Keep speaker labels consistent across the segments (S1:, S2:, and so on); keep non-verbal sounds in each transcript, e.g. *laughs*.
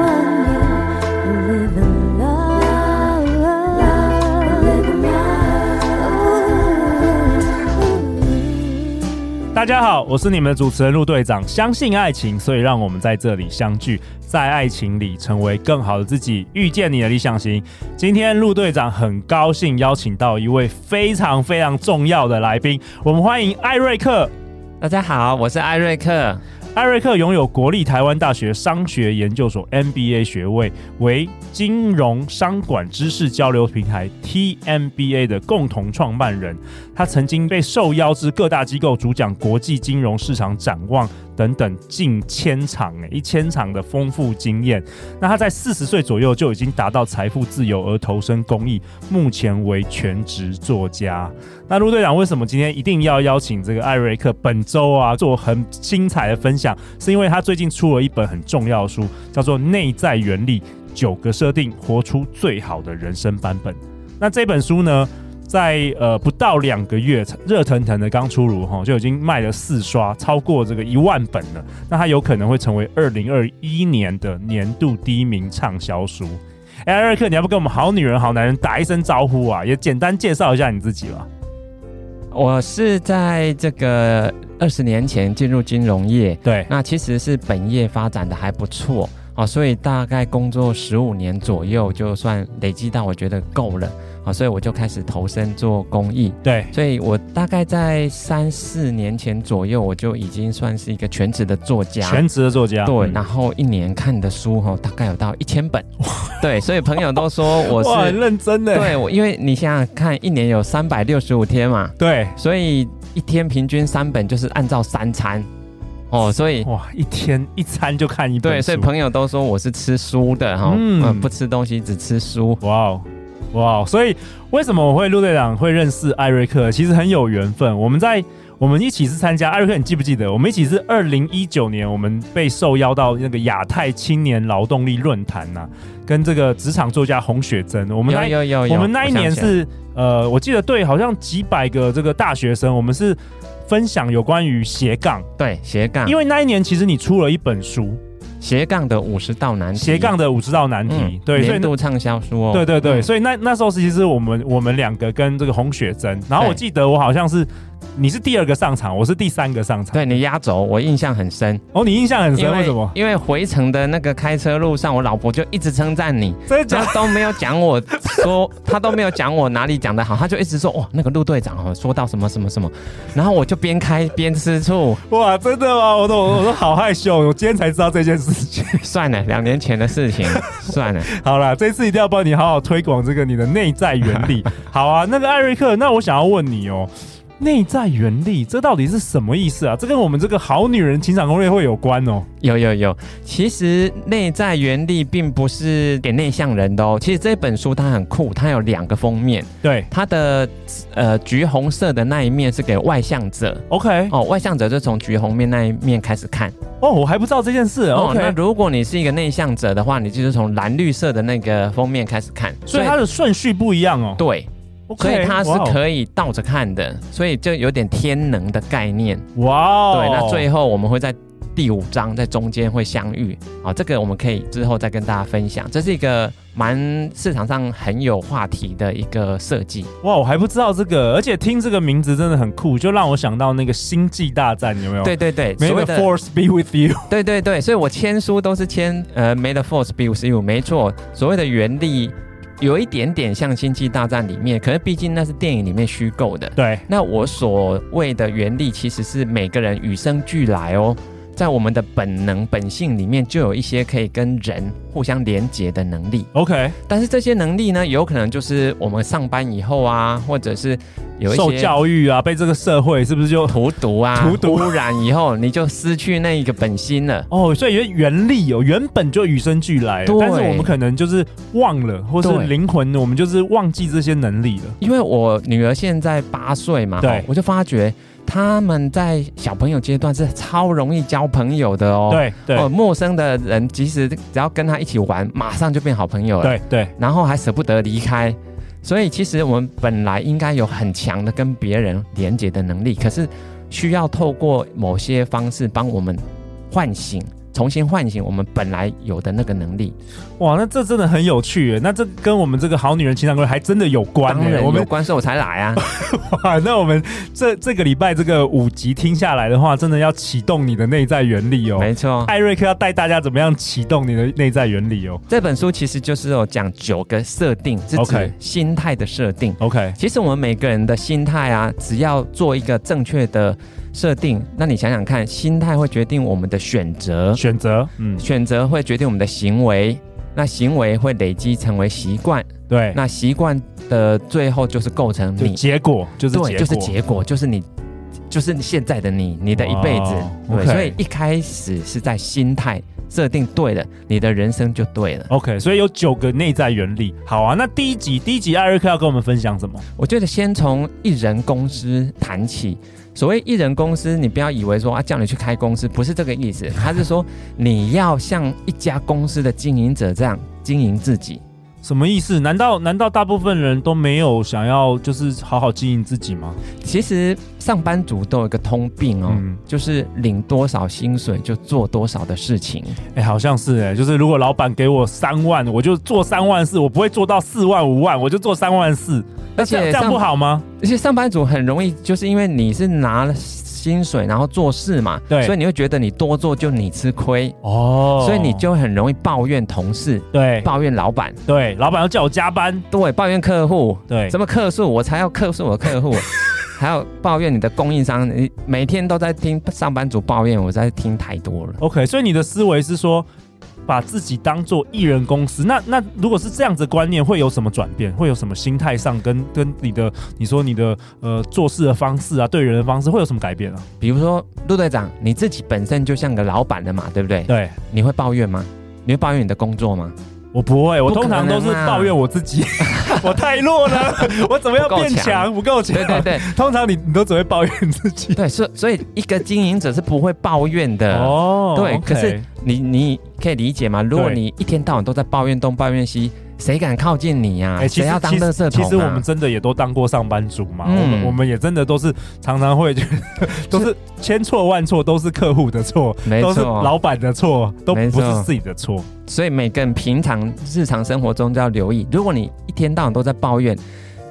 S1: love you, live in love, live in love.
S2: 大家好，我是你们的主持人陆队长。相信爱情，所以让我们在这里相聚，在爱情里成为更好的自己，遇见你的理想型。今天陆队长很高兴邀请到一位非常非常重要的来宾，我们欢迎艾瑞克。
S3: 大家好，我是艾瑞克。
S2: 艾瑞克拥有国立台湾大学商学研究所 MBA 学位，为金融商管知识交流平台 TMBA 的共同创办人。他曾经被受邀至各大机构主讲国际金融市场展望等等近千场诶一千场的丰富经验。那他在四十岁左右就已经达到财富自由而投身公益，目前为全职作家。那陆队长为什么今天一定要邀请这个艾瑞克本周啊做很精彩的分享？是因为他最近出了一本很重要的书，叫做《内在原力：九个设定，活出最好的人生版本》。那这本书呢，在呃不到两个月，热腾腾的刚出炉哈，就已经卖了四刷，超过这个一万本了。那它有可能会成为二零二一年的年度第一名畅销书。哎，艾瑞克，你要不跟我们好女人、好男人打一声招呼啊？也简单介绍一下你自己吧。
S3: 我是在这个二十年前进入金融业，
S2: 对，
S3: 那其实是本业发展的还不错啊，所以大概工作十五年左右，就算累积到我觉得够了啊，所以我就开始投身做公益。
S2: 对，
S3: 所以我大概在三四年前左右，我就已经算是一个全职的作家。
S2: 全职的作家。
S3: 对，
S2: 嗯
S3: 然后一年看的书哈、大概有到一千本，对，所以朋友都说我
S2: 哇，很
S3: 是
S2: 认真 *laughs* 的。
S3: 对我，因为你想想看，一年有三百六十五天嘛，
S2: 对，
S3: 所以一天平均三本就是按照三餐哦，
S2: 嗯
S3: 所以
S2: 哇，一天一餐就看一本
S3: 对，所以
S2: 书
S3: 朋友都说我是吃书的哈，
S2: 嗯
S3: 嗯、不吃东西只吃书。
S2: 哇哦，哇哦！所以为什么我会陆队长会认识艾瑞克？其实很有缘分。我们在我们一起是参加艾瑞克，你记不记得？我们一起是二零一九年，我们被受邀到那个亚太青年劳动力论坛呐、跟这个职场作家洪雪珍。我
S3: 我
S2: 们那
S3: 有有有有，
S2: 我们那一年
S3: 想起来
S2: 是呃，我记得对，好像几百个这个大学生，我们是分享有关于斜杠，
S3: 对斜杠，
S2: 因
S3: 为
S2: 为那一年其实你出了一本书
S3: 斜杠的五十道难
S2: 《
S3: 题，嗯
S2: 斜杠的五十道难题》，对，所以
S3: 年度畅销书哦，
S2: 对对对，
S3: 嗯
S2: 所以那那时候其实是我们我们两个跟这个洪雪珍，然后我
S3: 对
S2: 记得我好像是你是第二个上场，我是第三个上场。
S3: 对你压轴，我印象很深，
S2: 哦，你印象很深，为什么？
S3: 因为回程的那个开车路上，我老婆就一直称赞你，
S2: 真的假
S3: 他
S2: 的？
S3: 都没有讲我说，他都没有讲我哪里讲的好，他就一直说哇，那个陆队长哦，说到什么什么什么，然后我就边开边吃醋，
S2: 哇，真的吗？我都我都好害羞，我今天才知道这件事情。
S3: 算了，两年前的
S2: *laughs*
S3: 事情，算了，
S2: 好啦，这次一定要帮你好好推广这个你的内在原
S3: *laughs*
S2: 理。好啊，那个艾瑞克，那我想要问你哦。内在原力，这到底是什么意思啊？这跟我们这个好女人情场攻略会有关哦。
S3: 有有有，其实内在原力并不是给内向人的哦，其实这本书它很酷，它有两个封面，
S2: 对
S3: 它的呃橘红色的那一面是给外向者。
S2: ，OK，
S3: 哦，外向者就从橘红面那一面开始看
S2: 哦，我还不知道这件事。
S3: 哦。
S2: OK，
S3: 那如果你是一个内向者的话，你就是从蓝绿色的那个封面开始看。
S2: 所以它的顺序不一样哦。
S3: 对，
S2: OK，
S3: 所以它是
S2: 哇哦
S3: 可以倒着看的，所以就有点天能的概念。
S2: 哇哦，
S3: 对，那最后我们会在第五章在中间会相遇啊，这个我们可以之后再跟大家分享。这是一个蛮市场上很有话题的一个设计。
S2: 哇，我还不知道这个，而且听这个名字真的很酷，就让我想到那个《星际大战》，有没有？
S3: 对，对对，
S2: May
S3: 所谓
S2: the
S3: 的
S2: Force be with
S3: *laughs*
S2: you。
S3: 对对对，所以我签书都是签呃 May the Force be with you，没错，所谓的原力。有一点点像《星际大战》里面，可是毕竟那是电影里面虚构的，
S2: 对，
S3: 那我所谓的原力，其实是每个人与生俱来哦，在我们的本能本性里面就有一些可以跟人互相连接的能力。
S2: OK，
S3: 但是这些能力呢，有可能就是我们上班以后啊，或者是有一
S2: 受
S3: 些
S2: 教育啊，被这个社会是不是就
S3: 荼毒啊，
S2: 荼毒
S3: 污染以后，你就失去那一个本心了。
S2: 哦？所以原原力哦，原本就与生俱来，
S3: 对
S2: 但是我们可能就是忘了，或是
S3: 对
S2: 灵魂，我们就是忘记这些能力了。
S3: 因为我女儿现在八岁嘛，
S2: 对
S3: 哦我就发觉他们在小朋友阶段是超容易交朋友的哦。
S2: 对对
S3: 哦，陌生的人其实只要跟他一起玩，马上就变好朋友了。
S2: 对对，
S3: 然后还舍不得离开。所以其实我们本来应该有很强的跟别人连接的能力，可是需要透过某些方式帮我们唤醒，重新唤醒我们本来有的那个能力。
S2: 哇，那这真的很有趣耶，那这跟我们这个好女人情感攻略还真的有关
S3: 当
S2: 耶。
S3: 然
S2: 我
S3: 有
S2: 们
S3: 关系我才来啊，
S2: 哇，那我们这这个礼拜这个五集听下来的话，真的要启动你的内在原理 *laughs* 哦。
S3: 没错。
S2: 艾瑞克要带大家怎么样启动你的内在原理哦。
S3: 这本书其实就是有讲九个设定，是
S2: OK
S3: 指心态的设定。
S2: OK，
S3: 其实我们每个人的心态啊，只要做一个正确的设定，那你想想看，心态会决定我们的选择，
S2: 选择，嗯，
S3: 选择会决定我们的行为，那行为会累积成为习惯，
S2: 对，
S3: 那习惯的最后就是构成
S2: 就
S3: 你，
S2: 结果就是
S3: 对，
S2: 结
S3: 就是
S2: 果，
S3: 结果，就是你，就是你现在的你，你的一辈子。
S2: 哦
S3: 对，
S2: OK
S3: 所以一开始是在心态设定对了，你的人生就对了。
S2: OK，所以有九个内在原理。好啊，那第一集，第一集艾瑞克要跟我们分享什么？
S3: 我觉得先从一人公司谈起。所谓一人公司，你不要以为说啊叫你去开公司，不是这个意思。他是说你要像一家公司的经营者这样经营自己。
S2: 什么意思？难道难道大部分人都没有想要就是好好经营自己吗？
S3: 其实上班族都有一个通病哦，
S2: 嗯，
S3: 就是领多少薪水就做多少的事情。
S2: 哎、好像是哎、就是如果老板给我三万，我就做三万四，我不会做到四万五万，我就做三万四。那
S3: 而
S2: 这样
S3: 且
S2: 这样
S3: 上
S2: 不好吗？
S3: 而且上班族很容易，就是因为你是拿了薪水然后做事嘛，
S2: 对
S3: 所以你会觉得你多做就你吃亏，
S2: 哦
S3: 所以你就很容易抱怨同事、
S2: 对
S3: 抱怨老板，
S2: 对，老板要叫我加班，
S3: 对，抱怨客户，
S2: 对
S3: 怎么客诉我才要客诉我客 *laughs* 户，还有抱怨你的供应商，你每天都在听上班族抱怨，我在听太多了。
S2: ，OK，所以你的思维是说。把自己当做艺人公司，那那如果是这样子的观念，会有什么转变？会有什么心态上跟跟你的你说你的呃做事的方式啊，对人的方式会有什么改变啊？
S3: 比如说陆队长，你自己本身就像个老板的嘛，对不对？
S2: 对
S3: 你会抱怨吗？你会抱怨你的工作吗？
S2: 我不会，我
S3: 不
S2: 通
S3: 可
S2: 常都
S3: 能
S2: 是
S3: 啊
S2: 抱怨我自己， *laughs* 我太弱了， *laughs* 我怎么样
S3: 不够
S2: 变
S3: 强
S2: 强？不够强。
S3: 对对对
S2: 通常你你都只会抱怨自
S3: *laughs*
S2: 己。
S3: 对，所以所以一个经营者是不会抱怨的。
S2: 哦
S3: 呃对
S2: OK
S3: 可是你你可以理解吗？如果你一天到晚都在抱怨东抱怨西，谁敢靠近你呀、
S2: 哎，其
S3: 谁
S2: 实
S3: 要当
S2: 其实
S3: 垃圾桶、啊
S2: 其实我们真的也都当过上班族嘛，
S3: 嗯
S2: 我们我们也真的都是常常会觉得 *laughs* 都是千错万错，都是客户的错，
S3: 没
S2: 都是
S3: 错，
S2: 老板的错，都
S3: 没
S2: 不
S3: 错
S2: 是自己的错。
S3: 所以每个人平常日常生活中都要留意，如果你一天到晚都在抱怨，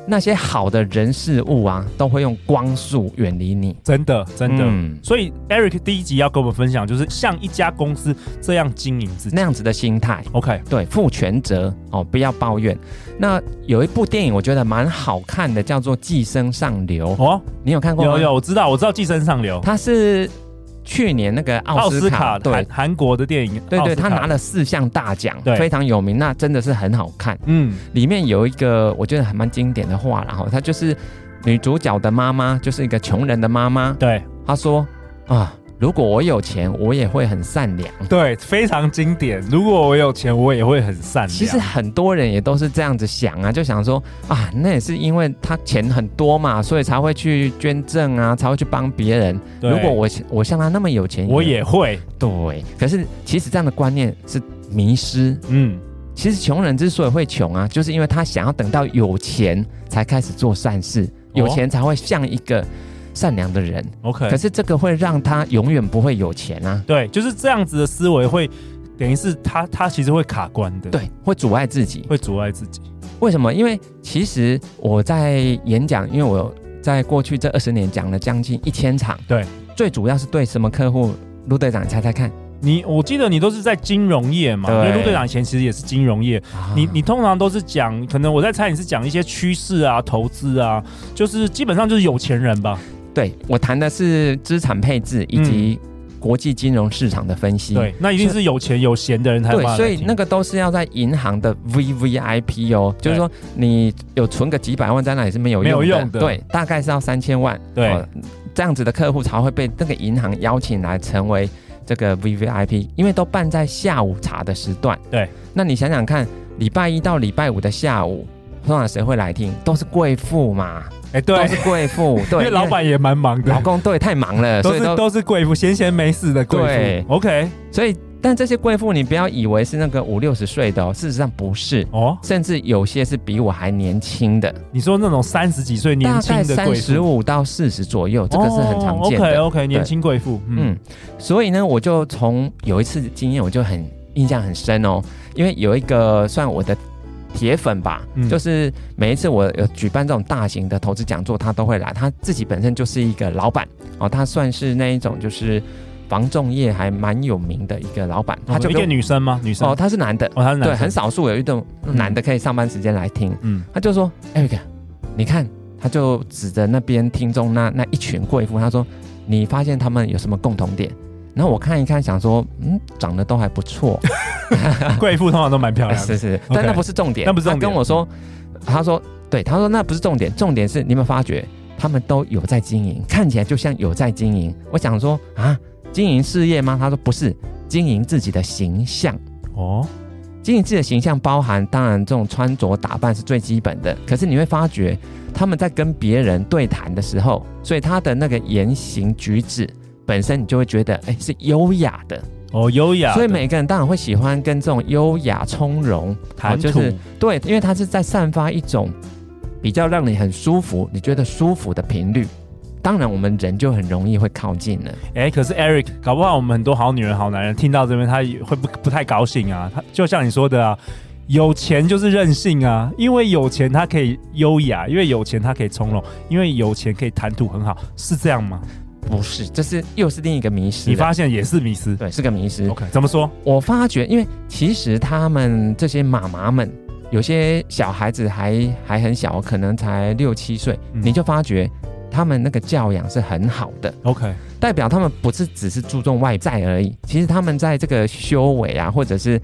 S3: 那些好的人事物啊，都会用光速远离你。
S2: 真的，真的。
S3: 嗯
S2: 所以 Eric 第一集要跟我们分享，就是像一家公司这样经营自己
S3: 那。样子的心态。
S2: OK，
S3: 对，负全责哦，不要抱怨。那有一部电影我觉得蛮好看的，叫做《寄生上流》，
S2: 哦，
S3: 你有看过吗？
S2: 有有，我知道，我知道《寄生上流》，
S3: 他是去年那个奥
S2: 奥
S3: 斯
S2: 斯
S3: 卡，
S2: 卡韩
S3: 对
S2: 韩国的电影，
S3: 对
S2: 奥
S3: 对，
S2: 斯
S3: 他
S2: 卡
S3: 拿了四项大奖
S2: 对，
S3: 非常有名，那真的是很好看。
S2: 嗯，
S3: 里面有一个我觉得还蛮经典的话然后他就是女主角的妈妈，就是一个穷人的妈妈，
S2: 对
S3: 她说啊，如果我有钱，我也会很善良。
S2: 对，非常经典。如果我有钱，我也会很善良。
S3: 其实很多人也都是这样子想啊，就想说啊，那也是因为他钱很多嘛，所以才会去捐赠啊，才会去帮别人。
S2: 对
S3: 如果我我像他那么有钱，
S2: 我也会，
S3: 对。可是其实这样的观念是迷失。
S2: 嗯，
S3: 其实穷人之所以会穷啊，就是因为他想要等到有钱才开始做善
S2: 哦
S3: 事，有钱才会像一个善良的人。
S2: OK，
S3: 可是这个会让他永远不会有钱啊，
S2: 对，就是这样子的思维会，等于是他他其实会卡关的，，
S3: 对，会阻碍自己。
S2: 会阻碍自己。
S3: 为什么？因为其实我在演讲，因为我在过去这二十年讲了将近一千场，
S2: 对，
S3: 最主要是对什么客户？陆队长，你猜猜看？
S2: 你我记得你都是在金融业嘛，因为
S3: 对嗯
S2: 陆队长以前其实也是金融业，你你通常都是讲，可能我在猜你是讲一些趋势啊、投资啊，就是基本上就是有钱人吧，
S3: 对我谈的是资产配置以及国际金融市场的分析。
S2: 嗯对，那一定是有钱有闲的人才有
S3: 嗯对
S2: 办法
S3: 所
S2: 来
S3: 以
S2: 听
S3: 那个都是要在银行的 VVIP 哦，就是说你有存个几百万在那里是没有用的，
S2: 没有用的
S3: 对，大概是要三千万，哦
S2: 对
S3: 这样子的客户才会被那个银行邀请来成为这个 VVIP，因为都办在下午茶的时段，
S2: 对，
S3: 那你想想看，礼拜一到礼拜五的下午，通常谁会来听？都是贵妇嘛，
S2: 哎，
S3: 都
S2: 对，
S3: 是贵
S2: *laughs*
S3: 妇，
S2: 因
S3: 对，
S2: 为老板也蛮忙
S3: 因为老
S2: 的，
S3: 公对太忙了，
S2: 都
S3: 所以
S2: 是
S3: 都
S2: 都是贵妇，闲闲没事的贵
S3: 对
S2: 妇。OK，
S3: 所以，但这些贵妇你不要以为是那个五六十岁的、哦，事实上不是，
S2: 哦，
S3: 甚至有些是比我还年轻的，
S2: 你说那种三十几岁年轻
S3: 大概
S2: 的贵
S3: 三十
S2: 妇，
S3: 五到四十左右，这个是很常见
S2: OK
S3: 的。
S2: OK，年轻贵妇，嗯
S3: 哦嗯，所以呢，我就从有一次经验，我就很印象很深哦，因为有一个算我的铁粉吧，
S2: 嗯
S3: 就是每一次我有举办这种大型的投资讲座，他都会来。他自己本身就是一个老板哦，他算是那一种就是房仲业还蛮有名的一个老板，他
S2: 哦
S3: 就
S2: 一
S3: 跟
S2: 个女生吗？女生
S3: 哦，，他是男的，
S2: 哦，她是男
S3: 对，
S2: 生
S3: 很，少数有一种
S2: 嗯
S3: 男的可以上班时间来听，
S2: 嗯，
S3: 他就说：“Eric，你看。”他就指着那边听众那那一群贵妇，他说：“你发现他们有什么共同点？”然后我看一看，想说：“嗯，长得都还
S2: *laughs*
S3: 不错。
S2: 贵妇通常都蛮漂亮的
S3: *laughs* 是是，但
S2: 啊 OK
S3: 那不是重点。
S2: 那不是重
S3: 他
S2: 点
S3: 跟我说，他说：“对，他说那不是重点，重点是你有没有发觉他们都有在经营，看起来就像有在经营。”我想说啊，经营事业吗？他说不是，经营自己的形象。
S2: 哦，
S3: 经营自己的形象包含，当然这种穿着打扮是最基本的。可是你会发觉，他们在跟别人对谈的时候，所以他的那个言行举止本身，你就会觉得，哎，是优雅的。
S2: 哦，优雅的，
S3: 所以每个人当然会喜欢跟这种优雅从容，
S2: 谈
S3: 就
S2: 吐
S3: 是对，因为他是在散发一种比较让你很舒服、你觉得舒服的频率。当然，我们人就很容易会靠近了。
S2: 哎、可是 Eric，搞不好我们很多好女人、好男人听到这边，他也会不不太高兴啊。他就像你说的啊，有钱就是任性啊，因为有钱他可以优雅，因为有钱他可以从容，因为有钱可以谈吐很好，是这样吗？
S3: 不是，这是又是另一个迷失了。
S2: 你发现也是迷思。
S3: 对，是个迷失。
S2: OK，怎么说？
S3: 我发觉，因为其实他们这些妈妈们，有些小孩子还还很小，可能才六七岁，
S2: 嗯
S3: 你就发觉他们那个教养是很好的，
S2: OK，
S3: 代表他们不是只是注重外在而已，其实他们在这个修为啊，或者是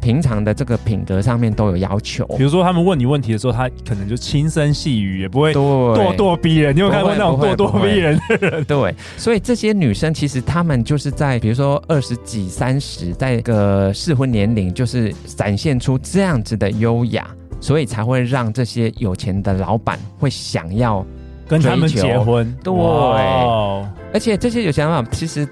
S3: 平常的这个品格上面都有要求。
S2: 比如说他们问你问题的时候，他可能就轻声细语，也不会
S3: 对，
S2: 咄咄逼人。你有没有看过那种
S3: 不会
S2: 咄
S3: 不会
S2: 咄逼人？
S3: 对，所以这些女生其实她们就是在比如说二十几、三十，在一个适婚年龄，就是展现出这样子的优雅，所以才会让这些有钱的老板会想要。
S2: 跟他们
S3: 追求
S2: 结婚？
S3: 对
S2: 哇哦
S3: 而且这些有钱老板其实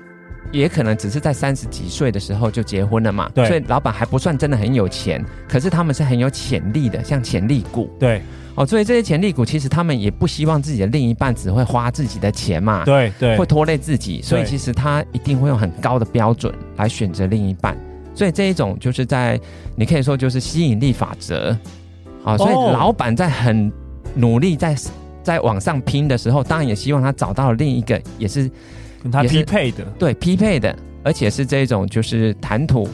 S3: 也可能只是在三十几岁的时候就结婚了嘛，
S2: 对
S3: 所以老板还不算真的很有钱，可是他们是很有潜力的，像潜力股
S2: 对
S3: 哦。所以这些潜力股其实他们也不希望自己的另一半只会花自己的钱嘛，
S2: 对对
S3: 会，拖累自己，所以
S2: 对
S3: 其实他一定会用很高的标准来选择另一半，所以这一种就是在你可以说就是吸引力法则，好、所以
S2: 哦
S3: 老板在很努力在在往上拼的时候，当然也希望他找到另一个也是
S2: 跟他
S3: 也是
S2: 匹配的。
S3: 对匹配的，而且是这一种就是谈吐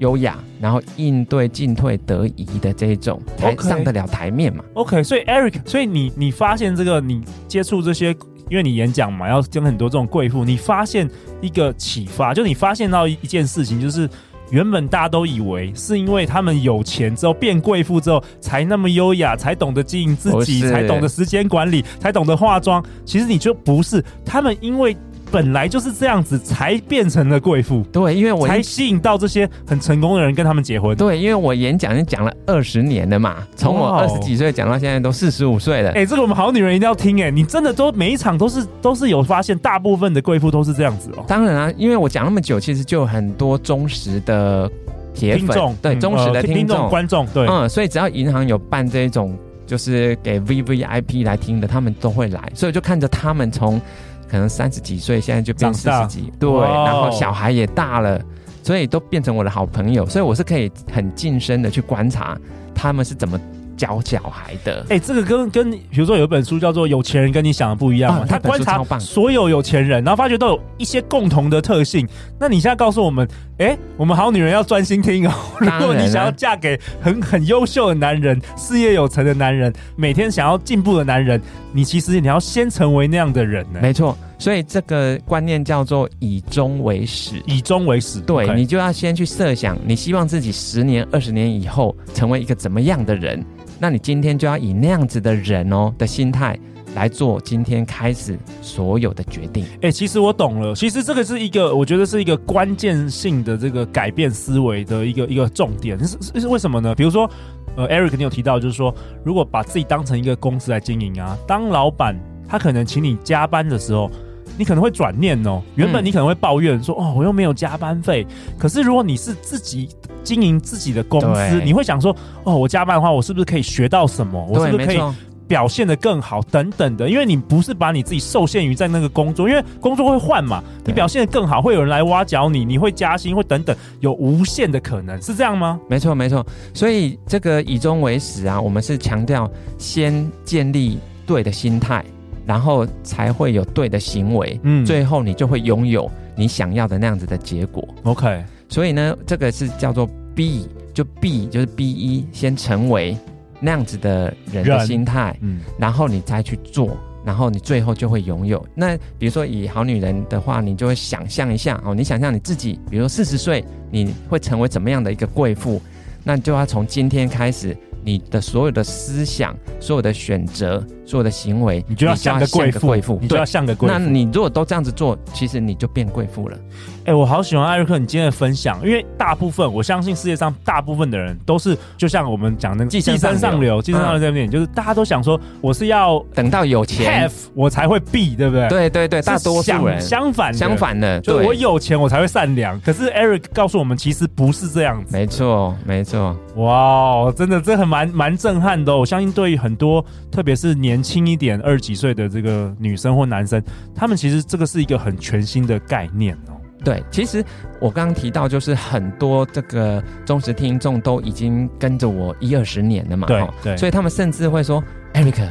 S3: 优雅，然后应对进退得宜的这一种才
S2: OK
S3: 上得了台面嘛。
S2: OK，所以 Eric，所以你你发现这个，你接触这些，因为你演讲嘛，要跟很多这种贵妇，你发现一个启发，就你发现到一一件事情，就是原本大家都以为是因为他们有钱之后变贵妇之后才那么优雅，才懂得经营自
S3: 不
S2: 己，
S3: 哦是
S2: 才懂得时间管理，才懂得化妆。其实你就不是，他们因为本来就是这样子，才变成了贵妇，
S3: 对，因为我一
S2: 才吸引到这些很成功的人跟他们结婚。
S3: 对，因为我演讲已经讲了二十年了嘛，从我
S2: 哇哦
S3: 二十几岁讲到现在都四十五岁了。
S2: 哎、这个我们好女人一定要听哎、你真的都每一场都是都是有发现，大部分的贵妇都是这样子哦、
S3: 当然啊，因为我讲那么久，其实就有很多忠实的铁
S2: 听
S3: 粉，
S2: 众
S3: 对、
S2: 嗯
S3: 忠实
S2: 呃
S3: 的听众，
S2: 观众对、
S3: 嗯，所以只要银行有办这一种，就是给 V V I P 来听的，他们都会来，所以我就看着他们从可能三十几岁，现在就变
S2: 长
S3: 四
S2: 大
S3: 十几，对，
S2: 哇哦
S3: 然后小孩也大了，所以都变成我的好朋友，所以我是可以很近身的去观察他们是怎么教小孩的。
S2: 哎、这个跟跟比如说有一本书叫做《有钱人跟你想的不一样》嘛，
S3: 哦
S2: 他
S3: 那本
S2: 观
S3: 书
S2: 察
S3: 超棒
S2: 所有有钱人，然后发觉都有一些共同的特性。那你现在告诉我们，哎、我们好女人要专心听哦。如
S3: 当然
S2: 果你想要
S3: 啦
S2: 嫁给很很优秀的男人、事业有成的男人、每天想要进步的男人，你其实你要先成为那样的人呢、
S3: 没错，所以这个观念叫做以终为始。
S2: 以终为始。
S3: 对
S2: OK
S3: 你就要先去设想，你希望自己十年、二十年以后成为一个怎么样的人？那你今天就要以那样子的人哦的心态来做今天开始所有的决定。
S2: 哎、其实我懂了，其实这个是一个，我觉得是一个关键性的这个改变思维的一个一个重点，是是是为什么呢？比如说，呃，Eric 你有提到，就是说，如果把自己当成一个公司来经营啊，当老板，他可能请你加班的时候，你可能会转念哦。原本
S3: 嗯
S2: 你可能会抱怨说，哦，我又没有加班费。可是如果你是自己经营自己的公司，
S3: 对
S2: 你会想说，哦，我加班的话，我是不是可以学到什么？我是
S3: 对，
S2: 不是
S3: 没
S2: 可以
S3: 错，
S2: 表现得更好等等的，因为你不是把你自己受限于在那个工作，因为工作会换嘛，你
S3: 对
S2: 表现得更好，会有人来挖角你，你会加薪，会等等，有无限的可能，是这样吗？
S3: 没错，没错。所以这个以终为始啊，我们是强调先建立对的心态，然后才会有对的行为，
S2: 嗯
S3: 最后你就会拥有你想要的那样子的结果。
S2: OK，
S3: 所以呢，这个是叫做 B，就 B 就是 B 一，先成为那样子的人的
S2: 人
S3: 心态，
S2: 嗯，
S3: 然后你再去做，然后你最后就会拥有。那比如说以好女人的话，你就会想象一下哦，你想象你自己，比如说四十岁，你会成为怎么样的一个贵妇？那你就要从今天开始，你的所有的思想、所有的选择、所有的行为，
S2: 你就要像个贵妇，
S3: 贵妇
S2: 你就
S3: 对
S2: 要。像个贵妇。
S3: 那你如果都这样子做，其实你就变贵妇了。
S2: 哎、我好喜欢艾瑞克你今天的分享，因为大部分我相信世界上大部分的人都是，就像我们讲那个
S3: 寄生上流嗯
S2: 上流，寄生上流这边，就是大家都想说我是要
S3: 等到有钱
S2: have 我才会 be，对不对？，
S3: 对对对，大多数人
S2: 相反的
S3: 相反的，
S2: 就是
S3: 对
S2: 我有钱我才会善良。可是 Eric 告诉我们，其实不是这样子。
S3: 没错没错，
S2: 哇，真的这很蛮蛮震撼的哦、我相信对于很多，特别是年轻一点二十几岁的这个女生或男生，他们其实这个是一个很全新的概念哦。
S3: 对。其实我刚刚提到，就是很多这个忠实听众都已经跟着我一二十年了嘛，
S2: 对
S3: 哦
S2: 对
S3: 所以他们甚至会说，Eric，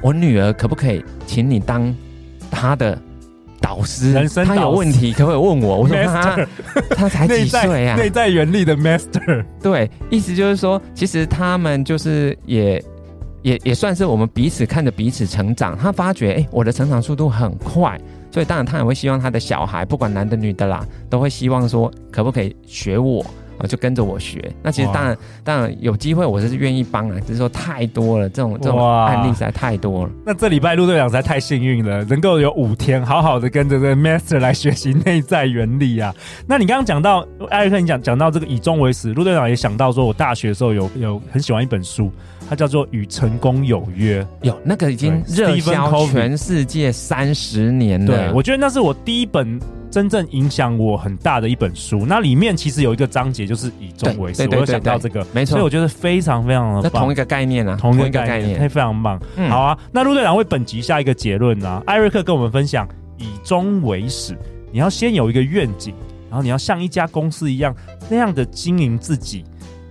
S3: 我女儿可不可以请你当她的？导师，
S2: 人生
S3: 她
S2: 导
S3: 有
S2: 师
S3: 问题可不可以问我？
S2: *laughs*
S3: 我说她
S2: Master
S3: 她才
S2: 内
S3: 几岁啊
S2: 在
S3: 呀、
S2: 内在原力的 Master，
S3: 对，意思就是说，其实他们就是也也也算是我们彼此看着彼此成长。他发觉，哎，我的成长速度很快，所以当然他也会希望他的小孩，不管男的女的啦，都会希望说，可不可以学我啊，就跟着我学。那其实
S2: 哇
S3: 当然，当然有机会我是愿意帮啦，只是说太多了，这种这种
S2: 哇
S3: 案例实在太多了。
S2: 那这礼拜陆队长实在太幸运了，能够有五天好好的跟着这个 Master 来学习内在原理啊。那你刚刚讲到艾瑞克，你讲讲到这个以终为始，陆队长也想到说，我大学的时候有 *laughs* 有很喜欢一本书，它叫做《与成功有约》。
S3: 有那个已经
S2: 对
S3: 热
S2: Stephen
S3: 销
S2: Covey
S3: 全世界三十年了，
S2: 对，我觉得那是我第一本真正影响我很大的一本书。那里面其实有一个章节就是以终为始，
S3: 对对
S2: 我
S3: 对
S2: 有想到这
S3: 对
S2: 个，
S3: 没错
S2: 所以我觉得非常非常的
S3: 那
S2: 棒
S3: 同一。个概念啊，
S2: 同一个概念，，非常棒。
S3: 嗯
S2: 好啊，那陆队长为本集下一个结论呢、艾瑞克跟我们分享，以终为始，你要先有一个愿景，然后你要像一家公司一样那样的经营自己，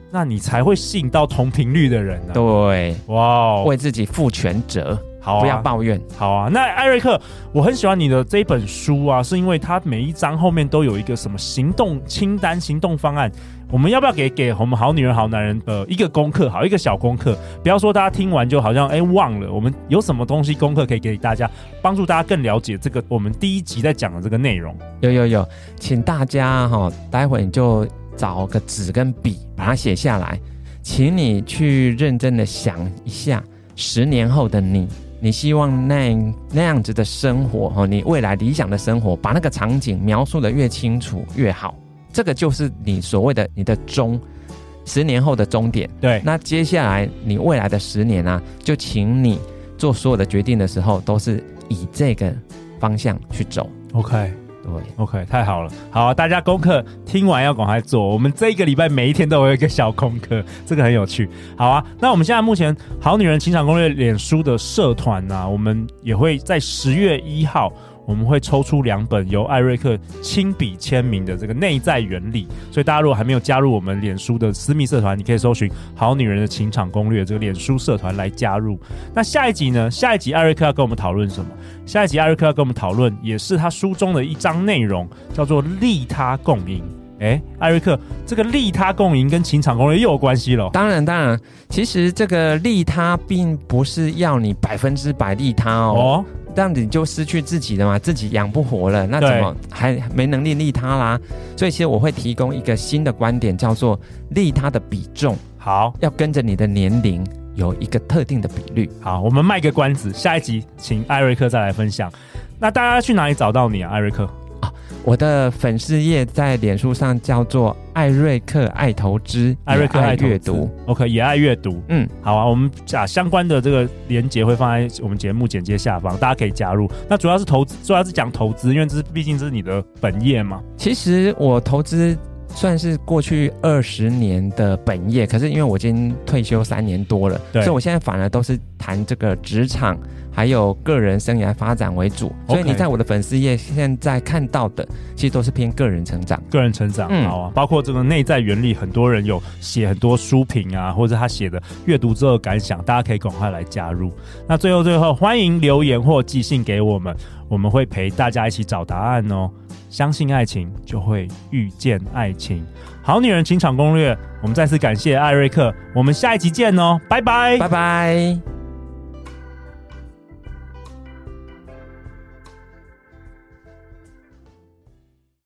S2: 那你才会吸引到同频率的人呢、啊
S3: 对，
S2: 哇哦，
S3: 为自己负全责，
S2: 好啊，
S3: 不要抱怨。
S2: 好啊，那艾瑞克，我很喜欢你的这一本书啊，是因为它每一章后面都有一个什么行动清单、行动方案。我们要不要给给我们好女人、好男人呃一个功课，好一个小功课？不要说大家听完就好像哎、忘了，我们有什么东西功课可以给大家，帮助大家更了解这个我们第一集在讲的这个内容。
S3: 有有有，请大家哈、待会你就找个纸跟笔把它写下来，请你去认真的想一下，十年后的你，你希望那那样子的生活哈、哦，你未来理想的生活，把那个场景描述的越清楚越好，这个就是你所谓的你的终，十年后的终点。
S2: 对，
S3: 那接下来你未来的十年啊，就请你做所有的决定的时候，都是以这个方向去走。
S2: OK
S3: 对，
S2: OK，太好了，好、啊，大家功课听完要赶快做。我们这一个礼拜每一天都有一个小功课，这个很有趣。好啊，那我们现在目前《好女人情场攻略》脸书的社团呢、我们也会在十月一号。我们会抽出两本由艾瑞克亲笔签名的这个内在原理，所以大家如果还没有加入我们脸书的私密社团，你可以搜寻“好女人的情场攻略”这个脸书社团来加入。那下一集呢？下一集艾瑞克要跟我们讨论什么？下一集艾瑞克要跟我们讨论，也是他书中的一章内容，叫做“利他共赢”。哎，艾瑞克，这个利他共赢跟情场攻略又有关系了。
S3: 当然当然，其实这个利他并不是要你百分之百利他哦，
S2: 哦，
S3: 这样子你就失去自己了嘛，自己养不活了，那
S2: 对
S3: 怎么还没能力利他啦？所以其实我会提供一个新的观点，叫做利他的比重
S2: 好
S3: 要跟着你的年龄有一个特定的比率。
S2: 好，我们卖个关子，下一集请艾瑞克再来分享。那大家去哪里找到你啊，艾瑞克？
S3: 我的粉丝页在脸书上叫做艾瑞克爱投资，
S2: 艾瑞克
S3: 也
S2: 爱投资
S3: 阅读。
S2: OK，也爱阅读。
S3: 嗯，
S2: 好啊，我们把相关的这个连接会放在我们节目简介下方，大家可以加入。那主要是投资，主要是讲投资，因为这是毕竟这是你的本业嘛。
S3: 其实我投资算是过去二十年的本业，可是因为我已经退休三年多了，
S2: 对
S3: 所以我现在反而都是谈这个职场还有个人生涯发展为主。所以
S2: OK
S3: 你在我的粉丝页现在看到的，其实都是偏个人成长。
S2: 个人成长，
S3: 嗯
S2: 好啊，包括这个内在原理，很多人有写很多书评啊，或者他写的阅读之后的感想，大家可以赶快来加入。那最后最后，欢迎留言或寄信给我们，我们会陪大家一起找答案哦。相信爱情，就会遇见爱情。好女人情场攻略，我们再次感谢艾瑞克，我们下一集见哦，拜拜
S3: 拜拜。